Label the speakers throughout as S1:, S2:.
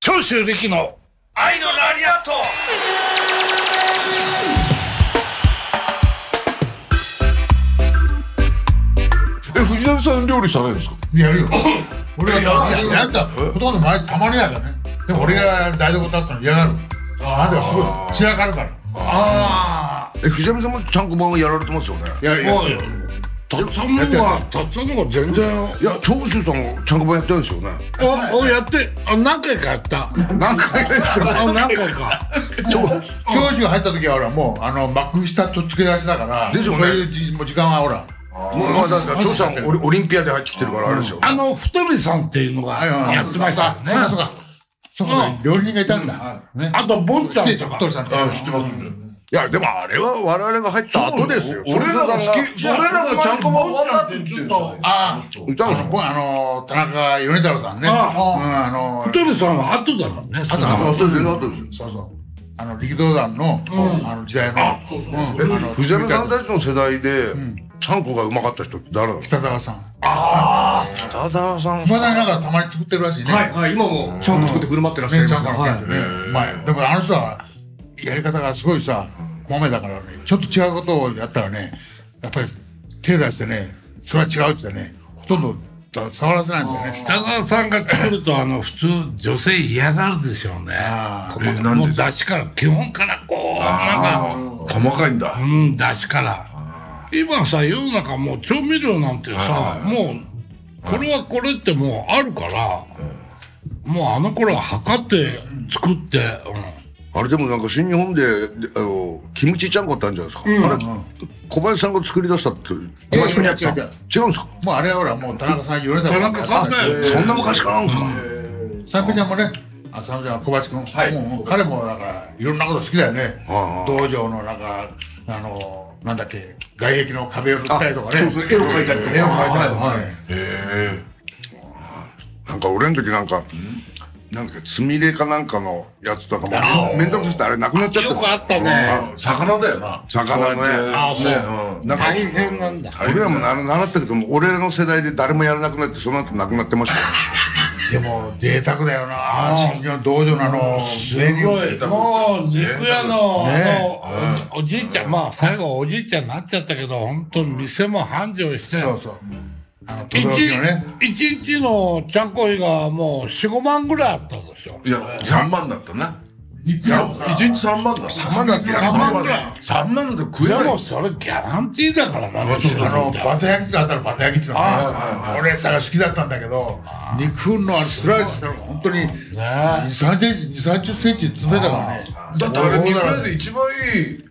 S1: 長州力の愛のラリアット
S2: え藤波さん料理さないんですか
S3: やるよ俺が
S2: いや
S3: ややったほとんど前たまにやだねでも俺が台所立ったの嫌がるあなたはすごい散らかるから
S1: あ
S4: え藤波さんもちゃんこ番やられてますよね
S3: いやいや
S1: もうたっさんの方がたっさんの方が全然
S4: いや長州さんもちゃんこ番やってるんですよね
S1: おおやってあ何回かやった
S4: 何回目ですよ
S1: あ何回か
S3: 長州が入った時は俺はもうあの幕下とっつけ出しだから
S4: ですよね
S3: そういうじもう時間はほら
S4: もうまあだから長州さんオリオリンピアで入ってきてるからあれですよ
S1: あの太りさんっていうのがやってましたね
S3: そうかそうかそうか料理人がいたんだね
S1: あとボンちゃん
S3: で
S1: とか
S3: 太りさん
S2: あ知ってますんで
S4: いやでもあれは我々が入った後ですよ
S2: 俺らが
S4: 長
S2: 月
S4: 州さん
S2: 俺
S4: が
S2: らがちゃんこ番終わったって
S1: ちょ
S2: 言
S1: っ
S2: っ
S1: と
S2: て
S3: あ
S4: いたんです
S3: あ
S4: よ
S3: 僕あの田中米太郎さんね
S1: ああ
S3: うんあの
S1: 太りさんは後だもんね
S3: あとあ
S4: あ
S3: の
S4: それ全然後ですよ
S3: そうそうあの力道山のあの時代のうんあの
S4: 藤波さんたちの世代でちゃんこがうまかった人って誰なの
S3: 北沢さん
S4: 北沢さん
S3: いまだになんかたまに作ってるらしいね
S5: はい、はい、今もちゃんと作って振る舞ってらっしゃ
S3: ね
S5: い
S3: ちゃ
S5: ま
S3: ん
S5: す
S3: か
S5: ね。
S3: ら
S5: はい
S3: ねうまいでもあの人はやり方がすごいさまめだからねちょっと違うことをやったらねやっぱり手出してねそれは違うってねほとんど触らせないんだよね
S1: 北川さんが作るとあの普通女性嫌がるでしょうね
S4: えなん
S1: も
S4: で
S1: う出汁から基本からこうなんか
S2: 細かいんだ
S1: うん出汁から今さ世の中もう調味料なんてさもうこれはこれってもうあるからもうあの頃は測って作って、うん
S4: あれでもなんか新日本でであのキムチちゃんこってあるんじゃないですか、あれ小林さんが作り出したって小林君にやってた
S3: 違う違う
S4: 違うんですか
S3: もうあれはほらもう田中さん米太郎
S1: 田中さんだよ
S4: そんな昔からなんですか、
S3: 三平ちゃんもね、あ三平ちゃん小林君、
S5: い
S3: もう彼もだからいろんなこと好きだよね。
S4: は
S3: 道場のなんかあのなんだっけ外壁の壁を塗ったりとかね。
S2: そうそう絵を描いたりとか
S3: 絵を描いたりとかね。
S4: なんか俺の時なんか、なんだっけつみれかなんかのやつとかも面倒くさくてあれなくなっちゃった
S1: よくあったね
S2: 魚だよな
S4: 魚のね
S2: あそうやってね
S4: なんか
S1: 大変なんだ
S4: 俺らもあの習ったけども俺の世代で誰もやらなくなってその後なくなってましたよ
S3: でも贅沢だよな。新庄道場のあの
S1: すごいもう肉屋の,、あのおじいちゃんまあ最後おじいちゃんになっちゃったけど本当に店も繁盛して
S3: そうそう。あの
S1: 一
S3: 轟のね。
S1: 一日のちゃんこ費がもう45万ぐらいあったでしょ
S2: いや三万だったな
S3: 一
S2: 一日三万だ三万だっけ
S1: 三万ぐらい
S2: 三万だと食え
S1: で
S2: ない
S1: もそれギャランティーだからな
S3: そうそうあの
S1: 店
S3: バタ焼きがあったらバタ焼きっていうのはね俺さが好きだったんだけど肉のあのスライスしたのが本当に2三0センチ2 3 0センチ詰めたからね
S2: だってあれ肉屋で一番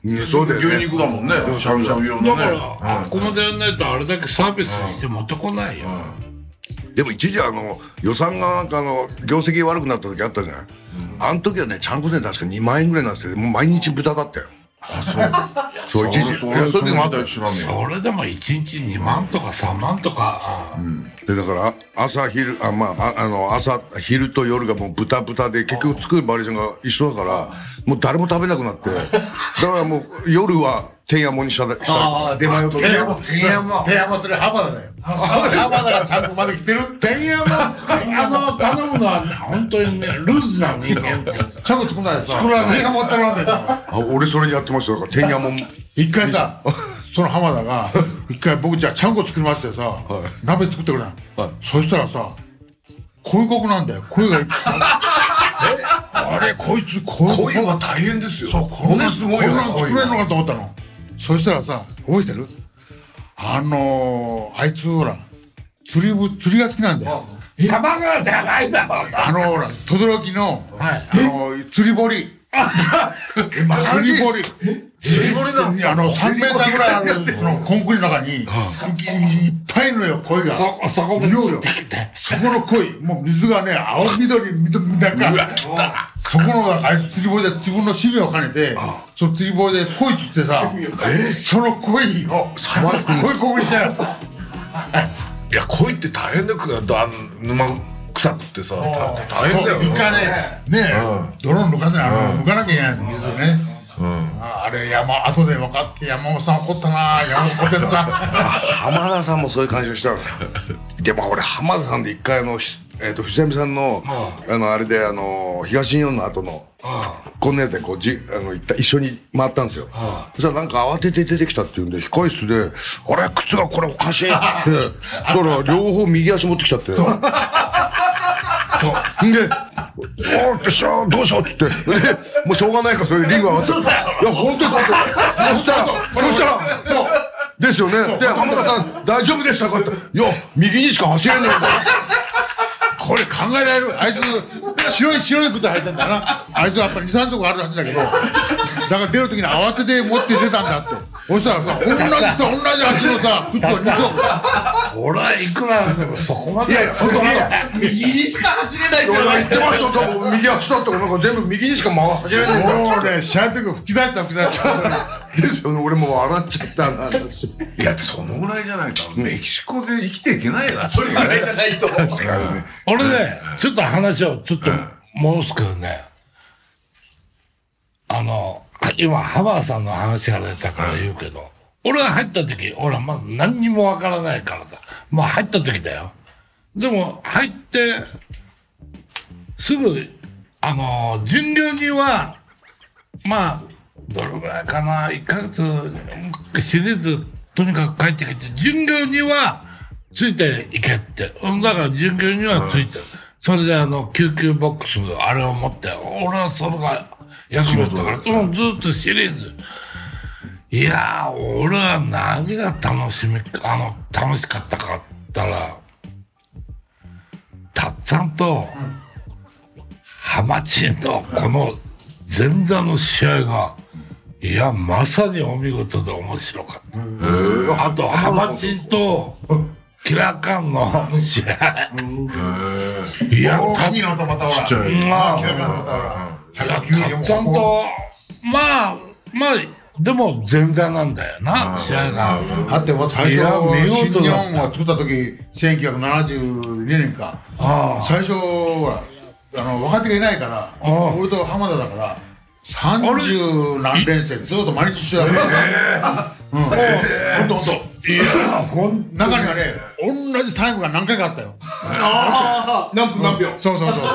S2: いい
S4: ねそうだよね
S2: 牛肉だもんねしゃぶしゃぶ用
S1: だ
S2: の
S1: か
S2: ね
S1: らあそこまでやんないとあれだけサービスして持ってこないよ
S4: でも一時あの予算がなんかあの業績悪くなった時あったじゃない、あの時はねちゃんこで確か2万円ぐらいなんですけどもう毎日豚だったよそう一時いやそういう時もあったでしょ
S2: らね
S1: それでも1日2万とか3万とか、
S4: でだからあ朝昼あまあああの朝昼と夜がもう豚豚で結局作るバリエーションが一緒だからもう誰も食べなくなってだからもう夜はてんやもんにしただした
S5: ああ、出前を取り
S3: も天山天山それ浜田だよ浜田がちゃんとまで来てる
S1: てんやもんあの頼むのは本当にねルーズな人間って
S3: ちゃんと作んないでさ作らない持ってるわけだ
S4: あ俺それやってましただからてんやもん
S3: 一回さ その浜田が一回僕じゃあちゃんこ作りましてさ鍋作ってくれないそしたらさこういうなんだよ声が えあれこいつこういう
S2: 恋は大変ですよ
S3: こん
S2: 骨
S3: な
S2: すごいよな
S3: こんなの作れんのかと思ったのそしたらさ覚えてるあのー、あいつほら釣りぶ釣りが好きなんだよ
S1: 卵じゃないだろうな
S3: あのほら轟の、あのー釣り 堀釣り堀釣り堀なのあの3メーターぐらいあるそのコンクリの中にいいっぱいのよ鯉が
S1: そそこまで
S3: いよい
S1: 釣
S3: よ
S1: ってきて
S3: そこの鯉もう水がね青緑緑みたいなそこのあいつ釣り堀で自分の趣味を兼ねてその釣り堀で鯉釣ってさその鯉を鯉こぐりしちゃう
S2: いや恋って大変だけどあの沼臭くってさ大大変だよ
S3: 一回ねね泥抜かせないあの抜かなきゃいけないんですよねああれ山後で分かって山本さん怒ったな山本小鉄 さ ん
S4: 浜田さんもそういう感じがしたのでも俺浜田さんで一回あのひえっ、と、藤波さんの、あの、あれで、あの、東日本の後の、こんなやつで、こう、じ、あの、行った、一緒に回ったんですよ。そしたらなんか慌てて出てきたっていうんで、控室で、あれ、靴がこれおかしいって 言って、そしたら両方右足持ってきちゃって。そう。んで、おーってしょどうしようって言って、でもうしょうがないから、それでリング合わせて。いや、本当に本当に。そしたら、そしたら、そう。ですよね。で、浜田さん、大丈夫でしたかって。いや、右にしか走れないんだよ。
S3: これ考えられるあいつ白い白い靴履いたんだなあいつはやっぱ23足あるはずだけどだから出る時に慌てて持って出たんだってそしたらさ同じさ同じ足のさ靴を2足
S1: 俺はいくらなんでもそこまではそこまで
S6: 右にしか走れないって
S4: 俺が言ってましたよ多分右足だってなんか全部右にしか回走れ ないんだよ
S3: もうね試合の時は吹き出した吹き出 した
S4: ですよね俺も笑っちゃったな私
S2: いや、そのぐらいじゃないと、メキシコで生きていけないな。
S6: それぐらいじゃないと思う
S1: 俺ねちょっと話をちょっと戻すけどねあの今浜田さんの話が出たから言うけど俺が入った時俺はまだ何にもわからないからだまあ入った時だよでも入ってすぐあの巡業にはまあどれぐらいかな1ヶ月シリーズとにかく帰ってきて巡業にはついていけってうんだから巡業にはついて、それであの救急ボックスのあれを持って俺はそれが役目だったから、うん、ずっとシリーズいやー俺は何が楽しみあの楽しかったかって言ったらたっちゃんとハマチンのこの前座の試合がいやまさにお見事で面白かった。あとハマチンとキラカンの試合。いやた
S3: 神の玉俵ちっちゃ
S1: まあ
S3: 神の玉俵
S1: いやちゃんとまあまあでも前座なんだよな試合が。
S3: あって最
S1: い
S3: 初
S1: や見
S3: 新
S1: 事
S3: 日
S1: だ
S3: 本を作った時1972年か最初ほらあの若手がいないから
S1: あ
S3: 俺と浜田だから30何連戦ずっと毎日一緒だからうんほんとほんと
S1: いやほん
S3: 中にはね同じタイムが何回かあったよ
S5: 何分何秒
S3: そうそうそう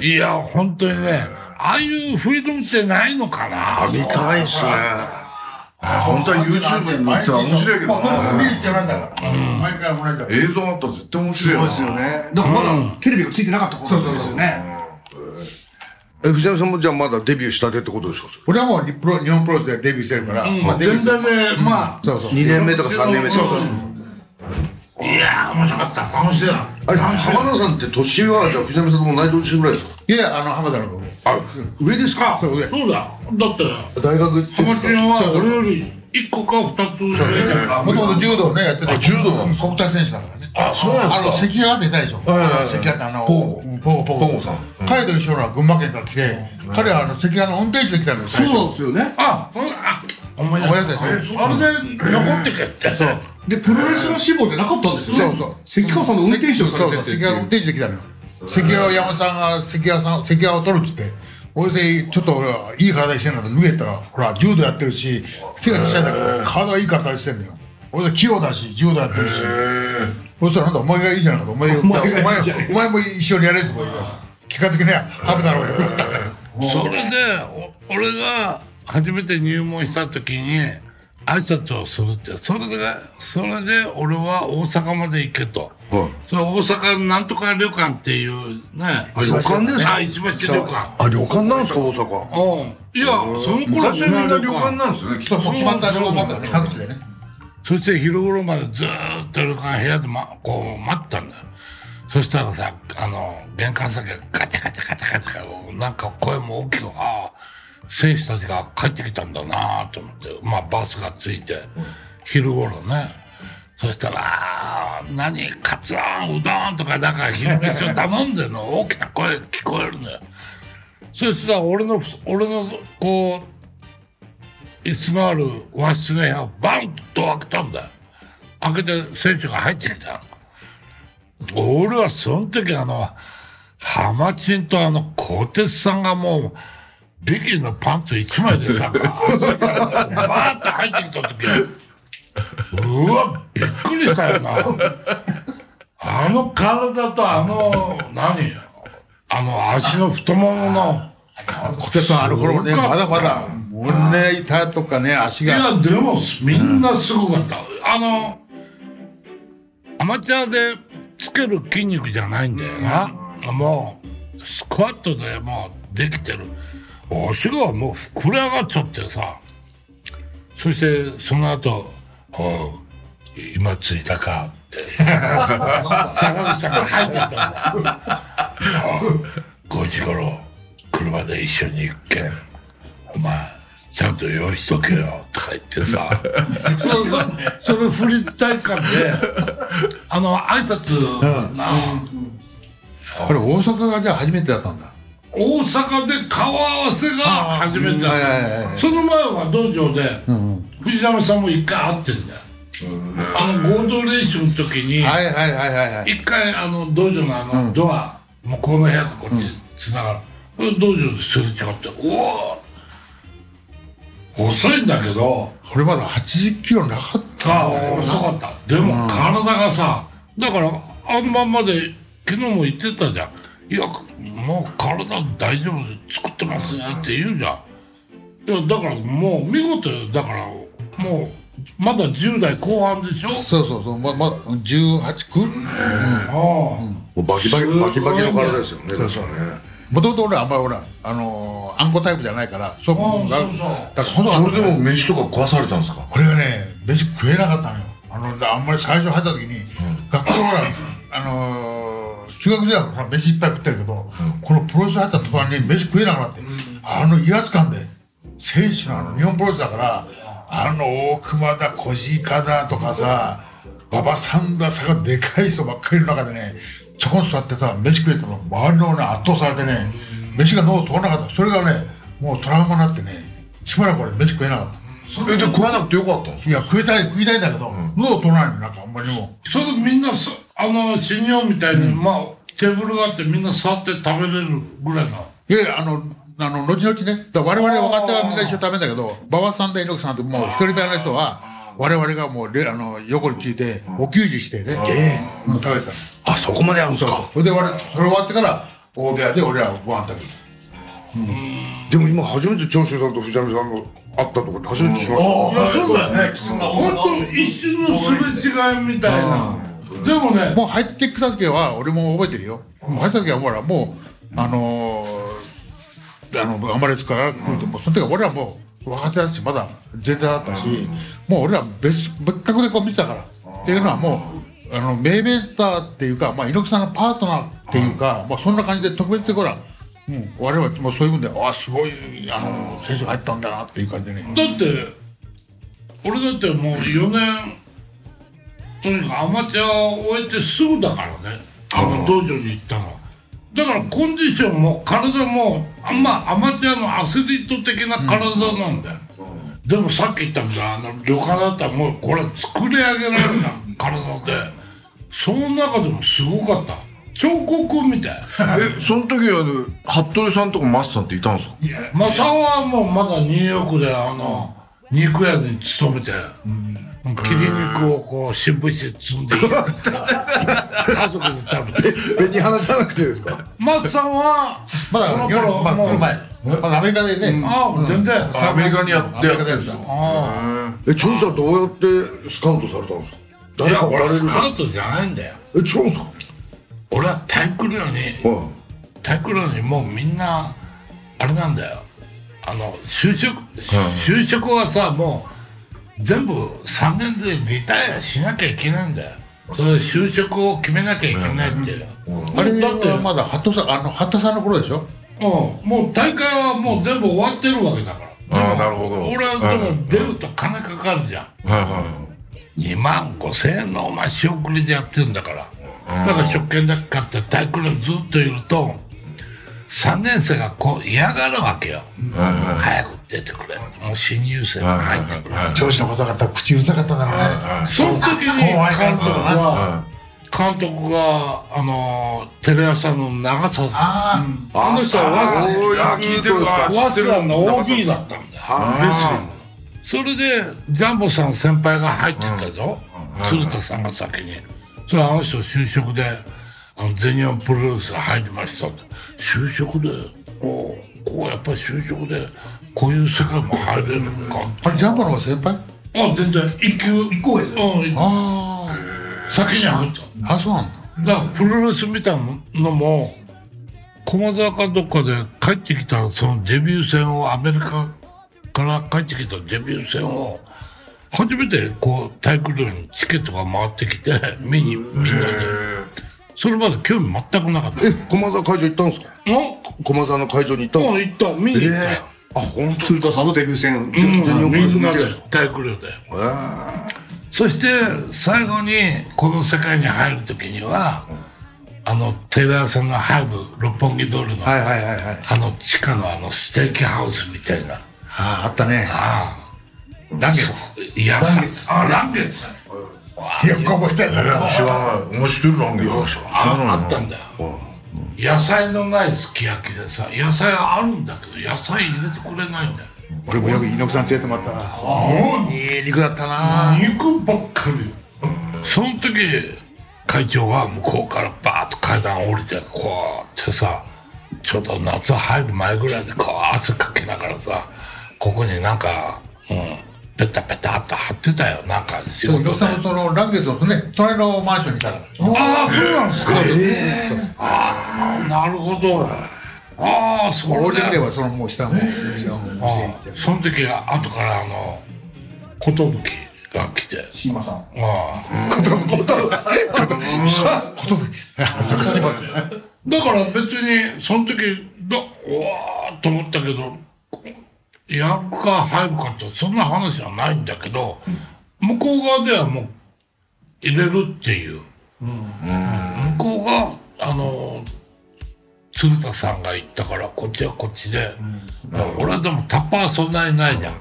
S1: いや本当にねああいうフィルムってないのかな。
S4: 見たいっすね
S2: 本当は YouTube に見たら面白いけど
S3: まあこれ
S2: な。
S3: フリーじゃないんだから毎回同じだから
S2: 映像あったら絶対面白いよな。
S5: よねだからまだテレビがついてなかった頃ですよね
S4: え藤波さんもじゃあまだデビューしたてってことですか
S3: 俺はもう日プロ日本プロレスでデビューしてるからまあデビュー
S1: 前座でまあ
S3: そうそう
S4: 2年目とか3年目そうそう
S1: いや面白かった楽しいな。
S4: あれ浜田さんって年はじゃあ藤波さんと同い年ぐらいですか
S3: いやいやあの浜田の方が上
S4: あ上ですか
S3: そう上
S1: そうだだって
S4: 大学って
S1: ハマチンは俺より一個か二つ上だから。
S3: もともと柔道ねやってた柔道なんです国体選手だからねあそうなんですかあの関ヶ原っていたでしょ関ヶ原あのポーポーポーさん海斗一緒のは群馬県から来て彼はあの関ヶ原の運転手で来たのよ最初
S5: そうですよね
S1: あうんあ思い出
S3: 思い出
S1: し
S3: したたでしょ
S1: あれで残ってけって。そう。
S5: でプロレスの志望じゃなかったんですよね
S3: そう
S5: 関川さんの運転手をさ
S3: そう
S5: れ
S3: そう
S5: てて
S3: 関ヶ原の運転手で来たのよ関ヶ原山本さんが関ヶ原さん関ヶ原を取るっつって俺でちょっと俺はいい体してるんだと逃げたらほら柔道やってるし手が小さいんだけど体がいい体してるのよ俺で器用だし柔道やってるしそしたらなんだお前がいいじゃないかとお前がお前お前お前も一緒にやれってこう言います結果的には食べたのがよかったね
S1: それでお俺が初めて入門した時に挨拶をするってそれでそれで俺は大阪まで行けと、
S4: はい
S1: それ大阪なんとか旅館っていうね
S4: あ旅館ですか
S1: あ石橋旅館
S4: あ旅館なんですか大阪
S1: うんいやその頃
S2: 昔はみんな旅館なんですよね、きっと。
S3: もう決まった情報もあったね各地でね
S1: そして昼頃までずーっと旅館部屋で、ま、こう待ってたんだよそしたらさあの玄関先がガチャガチャガチャガチャなんか声も大きくああ選手たちが帰ってきたんだなと思ってまあバスが着いて昼頃ねそしたらあー「何カツランうどん」とかなんか昼飯を頼んでんの大きな声聞こえるんだよそしたら俺の俺のこう椅子のある和室の部屋をバンと開けたんだよ開けて選手が入ってきた俺はその時あのハマチンとあの小鉄さんがもうビキニのパンツ一枚でさ バーッと入ってきた時うわびっくりしたよなあの体とあの、何あの足の太ももの。
S3: 小手さんある頃ね
S1: そうか
S3: まだまだ胸板とかね足
S1: いや
S3: が、
S1: でも、みんなすごかった。あの、アマチュアでつける筋肉じゃないんだよな。もう、スクワットでもうできてる。お尻はもう膨れ上がっちゃってさ。そして、その後、おう今ついたかって。坂口さんが入ってったんだ。5時頃車で一緒に行くけんお前ちゃんと用意しとけよとか言ってさ それ振り体感 であの挨拶、
S3: これ大阪がじゃあ初めてだったんだ
S1: 大阪で顔合わせが初めてだっ
S3: うんはいはいはい
S1: たその前は道場で、藤波さんも一回会ってんだよ、あの合同練習の時に、
S3: はいはいはいはいはい
S1: 一回あの道場のあのドア、向こうの部屋とこっちつながる、これ道場ですれ違っておお遅いんだけど
S3: これまだ80キロなかった
S1: さあ遅かったでも体がさだからあのまんまで昨日も言ってたじゃんいやもう体大丈夫作ってますねって言うじゃんいやだからもう見事よだからもうまだ10代後半でしょ
S3: そうそうそうままだ18区
S1: ああ
S4: もうバキバキバキバキの体ですよね確かにね
S3: もともと俺あんまりほらあのー、あんこタイプじゃないからそこが
S1: うんそうそう
S3: だからその
S2: それでも飯とか食わされたんですか
S3: 俺がね飯食えなかったのよあのだあんまり最初入った時に、学校ほらあのー中学時代はほら飯いっぱい食ってるけど、このプロレス入った途端に飯食えなくなって、あの威圧感で選手のあの日本プロレスだからあの大熊だ小鹿だとかさ馬場さんださがでかい人ばっかりの中でねちょこんと座ってさ飯食えたの周りのね圧倒されてね飯が喉通らなかったそれがねもうトラウマになってねしばらく俺飯食えなかった。
S2: えで食わなくてよかったんです
S3: いや食いたい食いたいんだけど、喉取らないのなんかあんまりも
S1: それみんなそあの新日本みたいに、まあテーブルがあってみんな座って食べれるぐらいの
S3: ういやいやあのあの後々ねだから我々若手はみんな一緒に食べるんだけど馬場さんと猪木さんともう一人部屋の人は我々がもうれあの横についてお給仕してね、うん食べてたの
S4: あそこまでやるんですか
S3: それで我々それ終わってから大部屋で俺らご飯食べてた
S4: でも今初めて長州さんと藤波さんが会ったとかって初めて聞きました
S1: いやそうだよね本当一瞬のすれ違いみたいなでもね
S3: もう入ってきた時は俺も覚えてるよ、もう入った時はほらもうあのー、あのあんまりですから、もうその時は俺らもう若手だしまだ全体だったし、もう俺ら別別格でこう見てたから、っていうのはもうあのメイベーターっていうか、まあ、猪木さんのパートナーっていうか、まあ、そんな感じで特別でほら、うん、我々はもうそういうもんでああすごいあの選手が入ったんだなっていう感じでね。
S1: だって俺だってもう4年とにかくアマチュアを終えてすぐだからねあの道場に行ったのはだからコンディションも体もあんまアマチュアのアスリート的な体なんだよ、でもさっき言ったみたいなあの旅館だったらもうこれ作り上げられるんだ体でその中でもすごかった彫刻みたい
S2: えその時はね服部さんとかマスさんっていたんですか
S1: マサオはもうまだニューヨークであの肉屋に勤めて、切り肉をこう新聞紙で積んで家族で食べて
S4: えに話さなくてですか
S1: マスさんは
S3: まだ
S1: その
S3: 日本
S1: 頃
S3: まあ
S1: もう、
S3: まだアメリカでね、
S1: ああ全然、
S2: アメリカにやってやってるんですよ
S4: え長州さんどうやってスカウトされたんですか
S1: い
S4: 誰
S1: や
S4: かバ
S1: 俺
S4: レる
S1: ス
S4: んで
S1: カートじゃないんだよ
S4: え違うんですか
S1: 俺は体育寮に
S4: は
S1: タイクロにもうみんなあれなんだよあの就職就職はさもう全部3年でリタイアしなきゃいけないんだよそれで就職を決めなきゃいけないっていう、
S3: あれ
S1: だって
S3: はまだ服部さんあの服部さんの頃でしょ
S1: うん、もう大会はもう全部終わってるわけだから
S2: ああなるほど
S1: 俺はでも出ると金かかるじゃん
S2: はいは
S1: 2万5千円のお前仕送りでやってるんだからだから食券だけ買って体育館にずっといると3年生がこう嫌がるわけよ、早く出てくれもう新入生が入ってくれ、
S3: 上司のことがあったら口うるさかっただろうね、
S1: その時に
S3: 後輩か
S1: 監
S3: らす
S1: 督
S3: るとな
S1: が監督があのーテレ朝の長さあの人は
S2: おいあ聞いてるわ
S1: ワスランの OB だったんだよレスリングのそれでジャンボさんの先輩が入ってったぞ、鶴田さんが先にそれあの人就職であの全日本プロレス入りましたと就職でおおこうやっぱり就職でこういう世界も入れるのか
S3: あれジャンボの方が先輩
S1: あ全然一級一個ですうん
S3: あ
S1: 先に入った
S3: ああそうなんだ
S1: だからプロレスみたいなのも駒沢かどっかで帰ってきたそのデビュー戦をアメリカから帰ってきたデビュー戦を初めてこう体育寮にチケットが回ってきて 見にみんなでそれまで興味全くなかった
S4: え駒沢会場行ったんですか
S1: の
S4: 駒沢の会場に行ったん
S1: もう行った見に行ったよ、
S4: あ本
S6: 鶴田さんのデビュー戦
S1: うんみんな
S4: 見て
S1: で
S4: る
S1: 体育寮でそして最後にこの世界に入る時にはあのテレ朝のハイブ六本木通りの
S3: はいはいはいはい
S1: あの地下のあのステーキハウスみたいな。
S3: あああったね
S1: あ
S3: 何月
S1: あ、いやさ、あ、ランゲッツ。
S3: よく覚えてるな
S2: 知らないお前知ってるなんけど
S1: ああったんだよ。野菜のないすき焼きでさ、野菜あるんだけど、野菜入れてくれないんだよ。
S5: 俺もよく猪木さん連れてもらったな。
S3: いい肉だったな
S1: 肉ばっかりよ。その時、会長が向こうからバーッと階段降りて、こうやってさ、ちょうど夏入る前ぐらいでこう汗かきながらさ、ここになんか、うん、ペタペタっと貼ってたよ、なんか仕
S3: そ
S1: 事
S3: う伊藤
S1: で
S3: さんもそのランゲスのね隣のマンションにいたから
S1: ああ、そうなんですか。ああ、なるほど。ああ、そ
S3: 俺
S1: れ
S3: できれ
S1: で。
S3: ばそのもう下も下も
S1: あ
S3: 店に行っ
S1: あ
S3: ちゃう
S1: その時、後から、あの。寿が来て。
S5: シーマさん。
S1: ああ。
S3: あそこしますね
S1: だから、別に、その時、だ、うわあ、と思ったけど。やるか入るかって、そんな話はないんだけど。向こう側では、もう。入れるっていう。向こうが、あの。鶴田さんが行ったからこっちはこっちで、俺はでもタッパーそんなにないじゃん、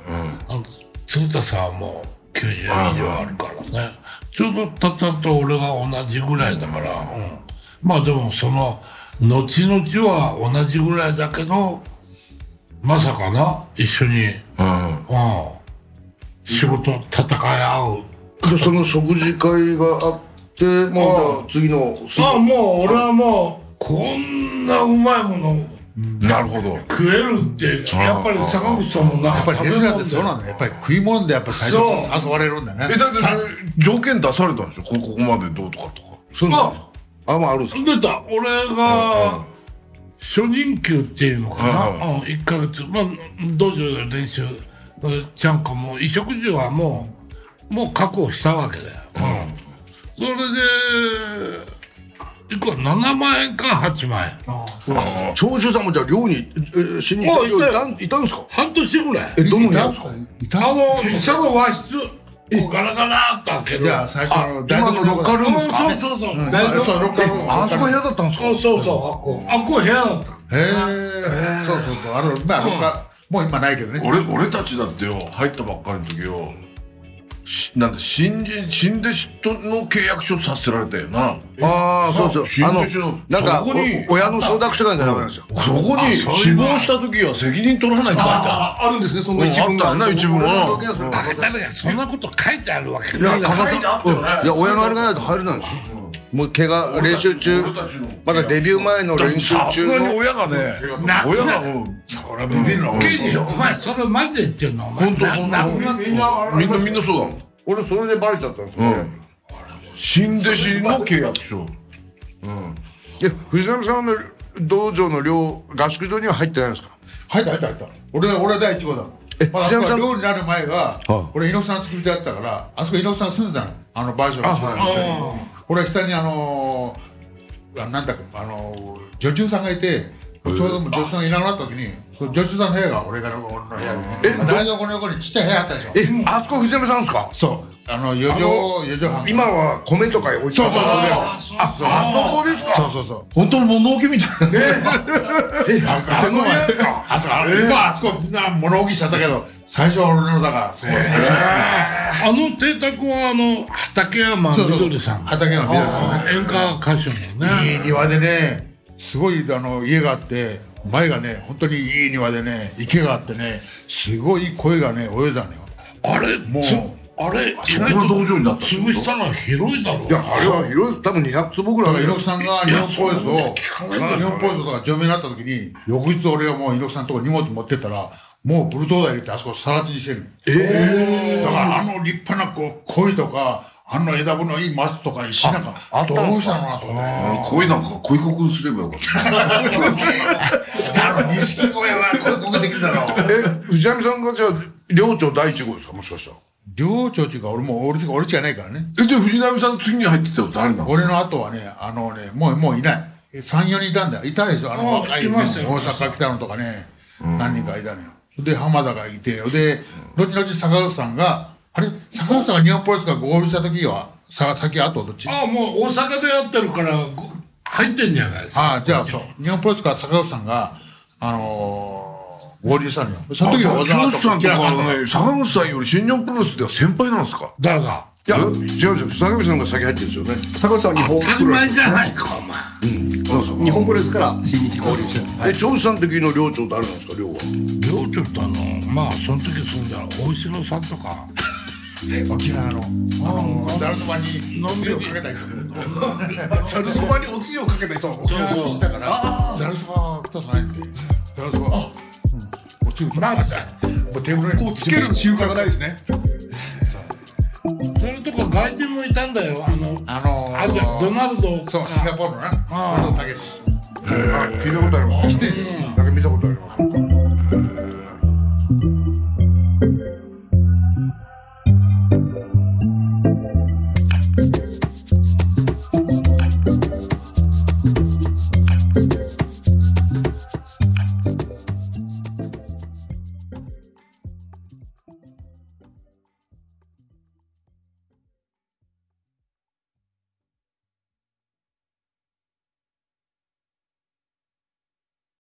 S1: あの鶴田さんはもう90以上あるからねちょうどたっと俺が同じぐらいだから、うんまあでもその後々は同じぐらいだけどまさかな一緒に、うん仕事戦い合う
S4: でその食事会があってもうじゃあ次のす
S1: ああもう俺はもうこんなうまいもの
S2: なるほど
S1: 食えるってやっぱり坂口さんもなやっ
S3: やっぱりレスラーってそうなんだよやっぱり食い物でやっぱ最初
S1: そ
S3: 誘われるんだよね
S2: えだって条件出されたんでしょここまでどうとかとか
S4: そういうのあまああるんですか
S1: 出た俺が初任給っていうのかな、
S2: うん
S1: うん1か月まあ道場で練習それちゃんかも衣食住はもうもう確保したわけだよ、うんそれでいくら7万円か8万円
S4: 長州さんもじゃあ寮にえ新日
S1: あいたよ
S4: いたんいたんですか
S1: 半年ぐらい
S4: えどの部
S3: いた
S4: 屋
S3: ん
S4: ですす
S3: か
S4: か
S3: い
S1: あ
S3: た
S1: の一緒の和室こうガラガラっと開ける
S3: じゃあ最初の
S4: 今のロッカールームですか
S1: うんそうそうそう、
S3: うん
S1: 大丈夫
S3: そうロッカールーム
S4: あそこ部屋だったんですか
S1: そうそうそうあっこあっこ部屋だった
S3: へえそうそうそうあのまあロッカーもう今ないけどね
S2: 俺俺たちだってよ入ったばっかりの時よしなんで新人新弟子との契約書させられたよな
S4: ああそうですよあの
S2: 新日の
S4: なんか
S2: そこに
S4: お親の承諾書がないとダメなんですよ
S2: そこに死亡した時は責任取らないって書いてあ
S6: ああるんですねそ
S2: る
S6: の一文
S2: あった
S6: が
S2: よな一文は
S4: 時はそれ
S1: バカだねそんなこと書いてあるわけ
S4: いや
S1: ない
S4: かざさ
S2: 書いてあったよね
S4: うんいや親のあれがないと入れないんですよもう怪我練習中
S2: 俺たちの
S4: まだデビュー前の
S2: だ
S4: 練
S2: って
S4: 習
S2: さす
S4: 中
S2: がに
S4: の
S2: 親がね
S1: な
S2: 親がうんそれビビるな
S1: ケニーお前それマジで言ってんのお前
S2: 本当
S1: な
S2: 本
S1: な
S2: 当
S1: くなっ
S2: みんなみんなみんなそうだもん
S4: 俺それでバレちゃったんですよね
S2: 新弟子の契約書
S4: で藤波さんの道場の寮合宿所には入ってないんですか
S3: 入った入った入った俺は俺は第一号だもんまだ
S4: ちなみにさ
S3: 寮になる前が俺猪木さんの付き人だったからあそこ猪木さん住んでたのあのバージョンの下に俺は下にあのーあなんだかあのー女中さんがいてちょうどもう女中さんがいなくなった時にその女中さんの部屋が俺が俺の部屋で台所の横にちっちゃい部屋あったでしょ
S4: えあそこ藤波さんですか
S3: そうあの余剰余剰半
S4: 今は米とか置いてた
S3: そうそうそう
S4: ああそこですか
S3: そうそうそう
S2: 本当の物置みたいな
S3: あそこはあそこあれまああそこみんな物置きしちゃったけど最初は俺のだからそう
S1: あの邸宅はあの畠山みどりさん
S3: 畑のビルさんね
S1: ああ演歌歌手のね
S3: いい庭でねすごいあの家があって前がね本当にいい庭でね池があってねすごい声がね泳いだのよ
S1: あれ
S3: もう
S1: つあれ、
S2: そ
S1: 意
S2: こ
S1: 外
S2: の
S1: と
S2: 道場になったってこと
S1: 潰したのは広いだろう
S4: いや、あれは広い、多分200坪ぐらいあるよ
S3: 猪木さんが日本ポイズを
S1: いやそんなの聞かないから
S3: 日本ポイズとか除名になった時に翌日俺はもう猪木さんのとこに荷物持ってったらもうブルドーザー入れてあそこさら地にしてるのだからあの立派なこう鯉とかあの枝分のいい松とか石なんか
S4: ああっ
S3: ど
S4: た
S3: うん
S4: ですか
S3: したのかなと思って
S2: 恋なんか恋告すればよかった。
S3: あの錦鯉はこういうできるだろう
S4: え、藤波さんがじゃあ、寮長第1号ですか、もしかしたら。
S3: 寮長っていうか俺もう俺しか俺しかいないからね
S2: えで藤波さん次に入ってきたの誰なの？
S3: 俺の後はねあのねもうもういない34人いたんだよいたでしょあの
S1: あ
S3: 若い
S1: い
S3: ね
S1: ましたよ
S3: 大阪来たのとかね何人かいたのよで浜田がいてよで後々坂口さんがあれ坂口さんが日本ポリスが合流した時はさ先後どっちあ
S1: ああ、もう大阪でやってるから、ご入ってんじゃないですか。
S3: あじゃあそう日本ポリスから坂口さんがあのー合流したのよその時は
S2: あ
S3: 小
S2: 木
S3: 沢
S2: 下
S3: と
S2: さんと
S3: 明ら
S2: か
S3: か
S2: ね坂口さんより新日本プロレスでは先輩なんですか。
S1: だが、
S4: いや、違うんですよ。坂口さんが先入ってるんですよね。
S7: 坂口さんは日本
S1: 当た
S7: プロ
S1: り
S7: レ
S1: 前
S7: ス
S1: じゃないか、お前。
S7: 日本プロレスから新日に合流してる
S4: え、長司さん的の寮長誰なんですか、寮は。
S1: 寮長ってあの、まあ、その時住んだら大城さんとか、
S3: った沖縄のあのーざるそばに飲みをかけたりする
S7: それそばにおつゆをかけてそう
S3: 沖縄出身だからざるそばは二つないんでざるそばはうんおつゆと
S7: なんかじゃ
S3: もうテーブルにこう
S7: つける習慣がないですね
S1: それとか外人もいたんだよ、あの、
S3: あのー、
S1: あるじゃんドナルド
S3: そうシンガポールのなドナルドたけし
S4: あ、聞いたことあるわ。なんか見たことある。